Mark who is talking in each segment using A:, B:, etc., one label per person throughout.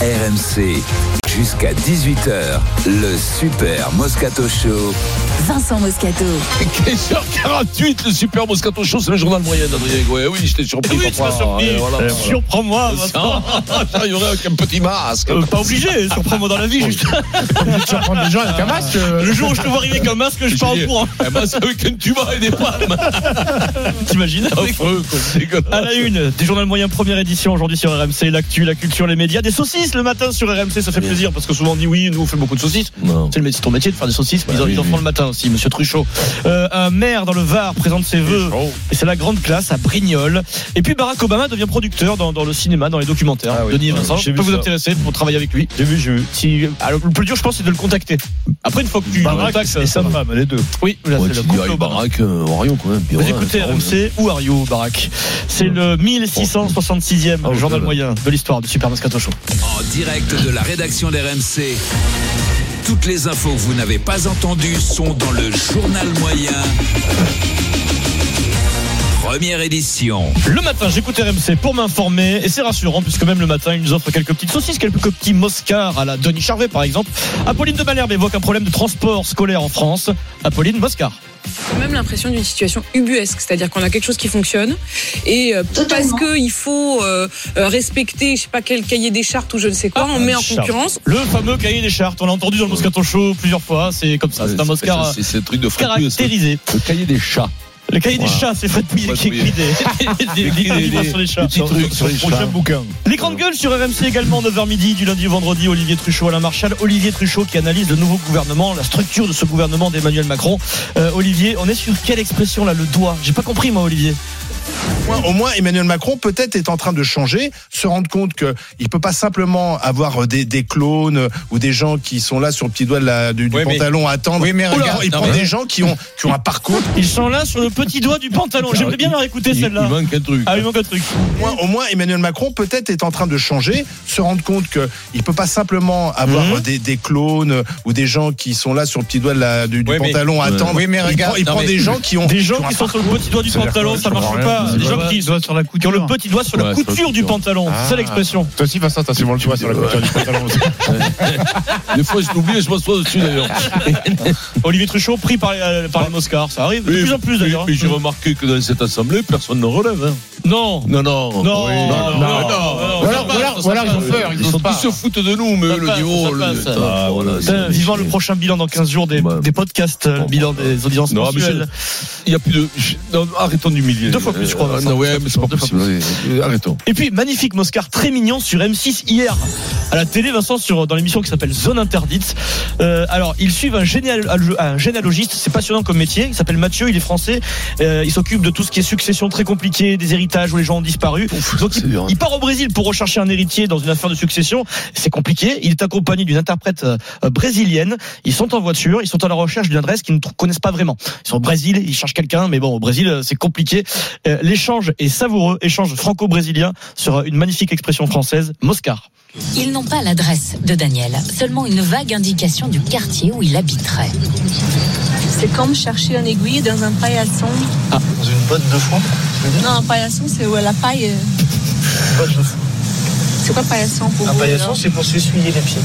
A: RMC. Jusqu'à 18h, le Super Moscato Show.
B: Vincent Moscato.
C: 15h48, le Super Moscato Show, c'est le journal moyen d'Adrien Gouet. Ah Oui, j'étais surpris. Ah,
D: Oui, tu m'as
C: papa.
D: surpris. Euh,
C: Ouais, voilà, voilà.
D: Surprends-moi, Vincent.
C: Il y aurait avec un petit masque.
D: Euh, Pas obligé, surprends-moi dans la vie. Juste.
E: surprendre les gens avec un masque. euh,
D: Le jour où je te vois arriver comme masque, je pars en courant.
C: Un masque avec un tuba et des palmes.
D: T'imagines
C: Affreux, quoi, c'est dégueulasse.
D: À la une des journaux moyens première édition aujourd'hui sur RMC, l'actu, la culture, les médias, des saucisses le matin sur RMC, ça fait plaisir parce que souvent on dit oui, nous on fait beaucoup de saucisses.
C: Non.
D: C'est le métier, ton métier de faire des saucisses, mais
C: Bah
D: ils en-
C: oui,
D: ils en
C: oui.
D: font le matin aussi, monsieur Truchot. Euh, un maire dans le Var présente ses vœux et c'est la grande classe à Brignoles. Et puis Barack Obama devient producteur dans, dans le cinéma, dans les documentaires.
E: Ah oui.
D: Denis et
E: Ouais,
D: Vincent,
E: j'ai
D: je
E: vu
D: peux vous
E: ça.
D: intéresser pour travailler avec lui. J'ai vu, j'ai vu. alors, le plus dur, je pense, c'est de le contacter. Après, une fois que tu le
E: Barack
D: contactes,
E: et sa femme, les deux.
D: Oui, là,
C: Ouais,
D: c'est le
C: tu
D: couple
C: dirais
D: Obama.
C: baraque, euh, Orion, hein. quand même. Puis
D: Vous
C: ouais,
D: écoutez
C: c'est
D: RMC ou Ario Barak C'est le 1666e
C: Ah, ok,
D: journal
C: là.
D: moyen de l'histoire du Super Moscato Show.
A: En direct de la rédaction d'RMC. Toutes les infos que vous n'avez pas entendues sont dans le journal moyen. Première édition.
D: Le matin, j'écoute RMC pour m'informer et c'est rassurant puisque même le matin, ils nous offrent quelques petites saucisses, quelques petits moscars à la Denis Charvet par exemple. Apolline de Malherbe évoque un problème de transport scolaire en France. Apolline Moscar.
F: quand même l'impression d'une situation ubuesque, c'est-à-dire qu'on a quelque chose qui fonctionne et euh, parce que il faut euh, euh, respecter, je sais pas quel cahier des chartes ou je ne sais quoi,
D: Ah,
F: on met en
D: chartes.
F: concurrence.
D: Le fameux cahier des chartes, on l'a entendu dans le Moscato Show plusieurs fois, c'est comme ça,
C: Ouais,
D: c'est un Moscar euh,
C: C'est c'est un truc de frappu, ça.
D: caractérisé.
C: Le cahier des chats.
D: Le cahier des
C: Voilà.
D: chats, c'est Fred Pouillet
C: Fred
D: qui écrit des, des,
C: Des-
D: des, des- des-
C: des-
D: sur les chats.
C: des petits trucs sur les
E: Prochain
C: chats.
E: bouquin.
D: Les grandes gueules sur RMC également 9h midi du lundi au vendredi Olivier Truchot Alain Marchal Olivier Truchot qui analyse le nouveau gouvernement la structure de ce gouvernement d'Emmanuel Macron Euh, Olivier on est sur quelle expression là le doigt j'ai pas compris moi Olivier
E: Au moins- au moins Emmanuel Macron peut-être est en train de changer, se rendre compte que il peut pas simplement avoir des, des clones euh, ou des gens qui sont là sur le petit doigt de la- du, du
C: Oui, mais-
E: pantalon à attendre.
C: Oui, mais
E: Oh là,
C: regarde-
E: il
C: non,
E: prend
C: mais-
E: des gens qui ont qui ont un parcours.
D: ils sont là sur le petit doigt du pantalon j'aimerais bien leur écouter
C: Il- Il
D: celle-là
C: manque un truc.
D: ah il manque un truc
E: Au moins, au moins, Emmanuel Macron peut-être est en train de changer, se rendre compte que il peut pas simplement avoir
D: Mhm.
E: euh, des, des clones euh, ou des gens qui sont là sur le petit doigt de la- du, du
C: Oui, mais-
E: pantalon à
C: Ouais.
E: attendre.
C: Oui, mais
E: Il
C: regarde-
E: prend- il
C: non,
E: prend,
C: mais-
E: des gens qui ont
D: des gens
E: qui ont
D: qui
E: un
D: sont sur le petit doigt du
E: C'est-à-dire
D: pantalon
E: quoi,
D: ça
E: tu
D: marche
E: comprends
D: pas
E: rien,
D: des
E: c'est
D: gens
E: pas-
D: qui
E: doigt sur la
D: qui ont
E: couture.
D: le petit doigt sur la
C: Ouais, sur la
D: couture du
C: couture. Ah.
D: pantalon c'est l'expression
E: Toi aussi, Vincent, t'as souvent le doigt sur la couture du pantalon.
C: Des fois, je l'oublie et je m'assois dessus d'ailleurs.
D: Olivier Truchot pris par les, euh, par les Moscars ça arrive de
C: Oui,
D: plus en plus
C: mais-
D: d'ailleurs
C: Mais j'ai remarqué que dans cette assemblée, personne ne relève. hein.
D: non
C: Non, non.
D: non,
C: Oui.
D: non, non, non,
C: Ou
D: ça
C: alors-
D: passe,
C: ou alors-
D: ça
C: ou alors ils ont
D: passe.
C: peur,
D: Ils sont
C: Ils se foutent de nous, mais
D: Ça
C: eux, le
D: passe, ça
C: niveau. le-
D: passe.
C: Ah, voilà,
D: Putain,
C: c'est-
D: vivant le prochain bilan dans 15 jours des,
C: Ouais.
D: des podcasts, le
C: Bon. bah,
D: bilan des audiences
C: Non, mais
D: mensuelles.
C: Il n'y a plus de. non, arrêtons d'humilier.
D: Deux fois plus, je crois,
C: Euh,
D: Vincent.
C: non, ouais, mais c'est pas
D: Deux fois
C: possible. Allez, euh, Arrêtons.
D: Et puis, magnifique Moscar, très mignon sur M6 hier, à la télé, Vincent, sur, dans l'émission qui s'appelle Zone Interdite. Euh, alors, ils suivent un, généal- un généalogiste, c'est passionnant comme métier, il s'appelle Mathieu, il est français, euh, il s'occupe de tout ce qui est succession très compliquée, des héritages où les gens ont disparu. Donc,
C: c'est
D: il,
C: dur, hein.
D: il part au Brésil pour rechercher un héritier dans une affaire de succession, c'est compliqué, il est accompagné d'une interprète euh, euh, brésilienne, ils sont en voiture, ils sont à la recherche d'une adresse qu'ils ne trou- connaissent pas vraiment. Ils sont au Brésil, ils cherchent quelqu'un, mais bon, au Brésil, euh, c'est compliqué. Euh, L'échange est savoureux, échange franco-brésilien sur euh, une magnifique expression française, Moscar.
B: Ils n'ont pas l'adresse de Daniel, seulement une vague indication du quartier où il habiterait.
G: C'est comme chercher une aiguille dans un paillasson.
D: Dans une botte de foin
G: Non, un paillasson, c'est où la paille. euh, C'est quoi paillasson pour vous alors
D: c'est pour s'essuyer les pieds.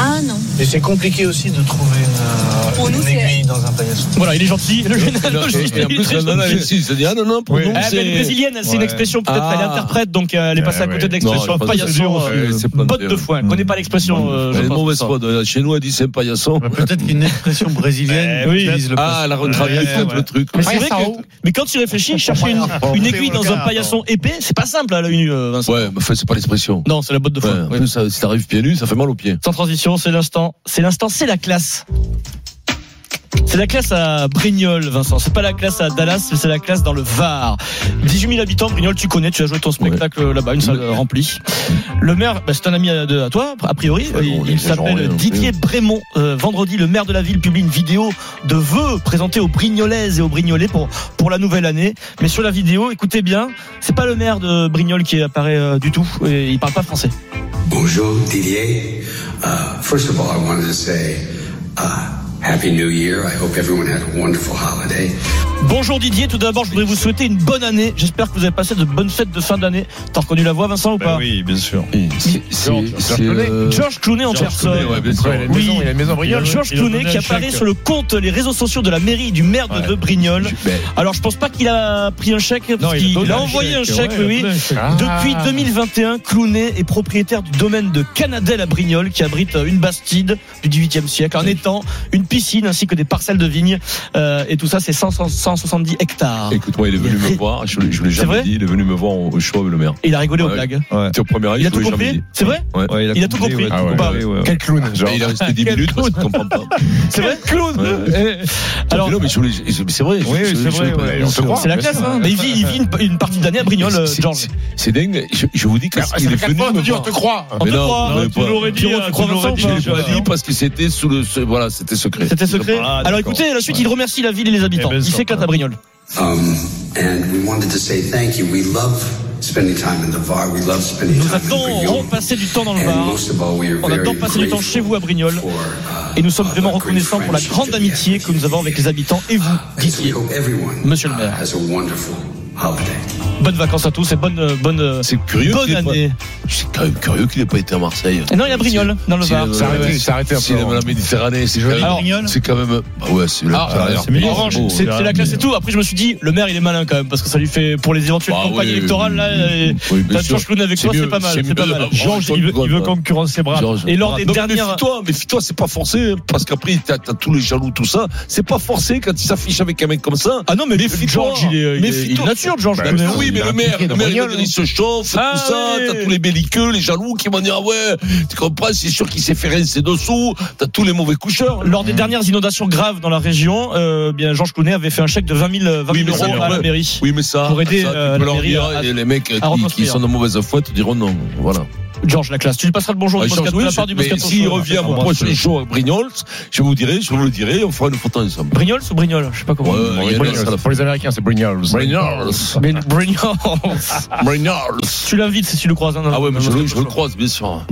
G: Ah non.
D: Et c'est compliqué aussi de trouver euh,
G: Pour nous, une c'est- aiguille
D: dans un paillasson. Voilà, il est gentil, le généalogiste.
C: Et en
D: il est
C: plus,
D: très
C: la nana, elle
D: gentil.
C: ici, elle dit Ah non, non, pour
E: Oui.
C: nous,
D: Ah, mais elle est
C: c'est.
D: brésilienne, c'est une
E: Ouais.
D: expression, peut-être
C: Ah. Eh
D: elle est interprète, donc euh, elle est passée à
E: Ouais,
D: côté
E: ouais.
D: de l'expression
C: Non, elle est pas
D: paillasson,
C: brésilienne,
D: euh,
C: c'est- c'est pas
D: botte
C: bien.
D: de foin. Elle connaît pas l'expression, euh, je
C: Elle est
D: pense.
C: mauvaise foi. de- Chez nous, elle dit c'est un paillasson.
E: Peut-être qu'une expression brésilienne.
D: Eh oui.
E: utilise le
C: Ah, elle a retravaillé
E: Ouais,
C: tout
E: ouais.
C: le truc.
D: Mais c'est vrai que, mais quand tu réfléchis, chercher une, une aiguille dans un paillasson épais, c'est pas simple à la une, euh, Vincent.
C: Ouais, mais enfin, c'est pas l'expression.
D: Non, c'est la botte de
C: Ouais,
D: foin.
C: en
D: Oui.
C: plus, ça- si t'arrives pieds nus, ça fait mal aux pieds.
D: Sans transition, c'est l'instant, c'est l'instant, c'est la classe. C'est la classe à Brignoles, Vincent. C'est pas la classe à Dallas, mais c'est la classe dans le Var. 18 000 habitants, Brignoles, tu connais, tu as joué ton spectacle là-bas, une salle remplie. Le maire, bah, c'est un ami à, de- à toi, a priori.
C: Ouais, bon,
D: il
C: les
D: il
C: gens, ouais,
D: s'appelle
C: non
D: Didier Brémont. Euh, vendredi, le maire de la ville publie une vidéo de vœux présentés aux Brignolaises et aux Brignolais pour, pour la nouvelle année. Mais sur la vidéo, écoutez bien, c'est pas le maire de Brignoles qui apparaît euh, du tout. Et il parle pas français.
H: Bonjour Didier. Uh, first of all, I wanted to say uh, Happy New Year. I hope everyone had a wonderful holiday.
D: Bonjour Didier, tout d'abord je voudrais vous souhaiter une bonne année. J'espère que vous avez passé de bonnes fêtes de fin d'année. T'as reconnu la voix Vincent ou pas
C: Bah oui, bien sûr.
I: C'est- c'est-
C: Georges,
I: c'est,
C: Georges
I: euh,
D: George Clooney en personne.
C: Ouais, bien sûr.
D: Oui.
I: il a une maison brillante.
D: Georges Clooney qui apparaît sur le compte les réseaux sociaux de la mairie et du maire de,
C: Ouais.
D: de Brignoles.
I: Ben,
D: Alors je pense pas qu'il a pris un chèque parce
C: Non, il a
D: qu'il
C: donné
D: il a,
C: un
D: envoyé un chèque,
C: ouais,
D: oui.
C: il
D: Ah.
C: a donné un chèque.
D: Depuis 2021, Clooney est propriétaire du domaine de Canadel à Brignoles qui abrite euh, une bastide du 18e siècle, un étang, une piscine ainsi que des parcelles de vignes Euh, et tout ça c'est 100 170 hectares.
C: Écoute, moi, il est venu
D: Il a
C: me
D: fait-
C: voir. Je l'ai- je l'ai
D: C'est vrai
C: jamais dit. Il est venu me voir au au show, le maire.
D: Et il a rigolé aux
C: Ouais.
D: blagues.
C: C'était au premier avis,
D: Il a
C: je l'ai
D: tout
C: jamais
D: compris
C: dit.
D: C'est vrai
C: Ouais.
I: ouais,
D: Il a tout compris.
C: Ah ouais,
D: ou pas
C: ouais, ouais.
I: Quel clown.
C: Mais il est resté 10 minutes parce qu'il comprend pas.
D: C'est vrai Eh.
C: Ouais.
D: Alors,
C: Alors, non, mais je voulais- je- c'est vrai. je-
I: Oui,
C: je-
I: c'est
C: je-
I: vrai,
C: je-
I: ouais.
C: je-
I: On te croit.
D: c'est la
C: Bien
D: classe,
C: sûr.
D: hein. Mais il vit, il vit une, une partie d'année à Brignoles, euh,
C: C'est-
D: Georges.
C: c'est- C'est dingue. Je, je vous dis que
I: Il
C: il est
I: est
C: venu me
I: on
C: voir.
I: te croit.
D: On te
C: Mais non,
D: croit,
C: mais
D: hein,
C: pas.
D: Pierrot, tu crois Vincent ou
C: Je l'ai
D: pas
C: pas dit parce que c'était sous le, ce- voilà, c'était secret.
D: C'était secret.
C: Ah,
D: Alors
C: d'accord.
D: écoutez, la suite, il remercie la ville et les habitants.
I: Eh ben,
D: Il
I: ça.
D: s'éclate à Brignoles.
H: Um, and we wanted to say thank you. We love spending time in the VAR. We love spending
D: Nous
H: time in
D: adorons
H: Brignoles.
D: passer du temps dans le
H: And
D: Var.
H: most of all, we are
D: On
H: very
D: adore passer du temps
H: grateful
D: chez vous à Brignoles.
H: for, uh,
D: Et nous sommes
H: uh,
D: vraiment
H: the great
D: reconnaissants pour la
H: friendship
D: grande
H: that we
D: amitié
H: have
D: que nous avons avec les habitants et vous,
H: And so we
D: Didier.
H: hope everyone
D: Monsieur le maire.
H: uh, has a wonderful holiday.
D: Bonnes vacances à tous et bonne, euh, bonne, euh,
C: C'est curieux.
D: bonne
C: qu'il ait pas-
D: année.
C: C'est quand même curieux qu'il n'ait pas été à Marseille.
D: Et non, il est à Brignoles, dans le
C: C'est-
D: Var.
C: c'est-
I: S'arrêter,
C: ouais.
I: s'arrêter un
C: C'est
I: peu.
C: la, la Méditerranée, c'est quand même-
D: Alors,
C: C'est quand même. Ah ouais, c'est
I: Ah,
C: ça a l'air
I: c'est mignon.
C: beau,
I: Orange,
C: beau.
D: C'est c'est la classe et tout. Après, je me suis dit, le maire, il est malin quand même, parce que ça lui fait pour les éventuelles
C: Bah
D: campagnes
C: oui,
D: électorales. Là,
C: oui,
D: et
C: oui, bien
D: t'as
C: sûr.
D: Georges Clooney avec
C: C'est
D: toi, c'est
C: mieux,
D: pas mal.
C: c'est
D: C'est pas
C: mieux.
D: mal.
C: Ah, Georges, il veut- il veut
D: concurrencer Brad.
C: Georges.
D: Et lors des
C: Non, mais
D: dernières.
C: Méfie-toi, méfie-toi, c'est pas forcé, hein, parce qu'après, t'as t'as tous les jaloux, tout ça. C'est pas forcé quand il s'affiche avec un mec comme ça.
D: Ah non, mais
C: Méfie-toi.
D: Georges, il est- il est il est
C: Méfie-toi.
D: nature, Georges.
C: Bah,
D: Clooney, hein.
C: oui, mais le maire, le maire, il, va dire, il se chauffe,
D: Ah
C: tout ça.
D: oui.
C: T'as tous les belliqueux, les jaloux qui vont dire, ah ouais, tu comprends, c'est sûr qu'il s'est fait rincer dessous. T'as tous les mauvais coucheurs.
D: Lors des dernières inondations graves dans la région, euh, bien Georges Clooney avait fait un chèque de 20 000, 20
C: Oui,
D: 000
C: mais c'est
D: euros à la
C: normal.
D: mairie.
C: Oui, mais ça,
D: Pour aider,
C: ça, tu
D: euh,
C: peux
D: la
C: leur
D: mairie
C: dire,
D: à-
C: et les mecs qui, qui
D: reconstruire.
C: sont de mauvaise foi te diront non. Voilà.
D: Georges, la classe. Tu lui passeras le bonjour
C: Ah,
D: du
C: Georges,
D: Moscato, de la part du
C: mais
D: Moscato.
C: s'il
D: Show.
C: revient au
D: Embrasse.
C: prochain show à Brignoles, je vous dirai, je vous le dirai, on fera une photo ensemble.
D: Brignoles ou Brignoles Je sais pas comment.
C: Ouais, il y en a ça, la
I: Pour les Américains, c'est Brignoles.
C: Brignoles.
D: Mais Brignoles
C: Brignoles.
D: Ah. Tu l'invites si tu le croises. hein, dans-
C: Ah ouais, mais
D: dans
C: je,
D: le
C: le-
D: Moscato
C: je le
D: Show.
C: croise, bien sûr.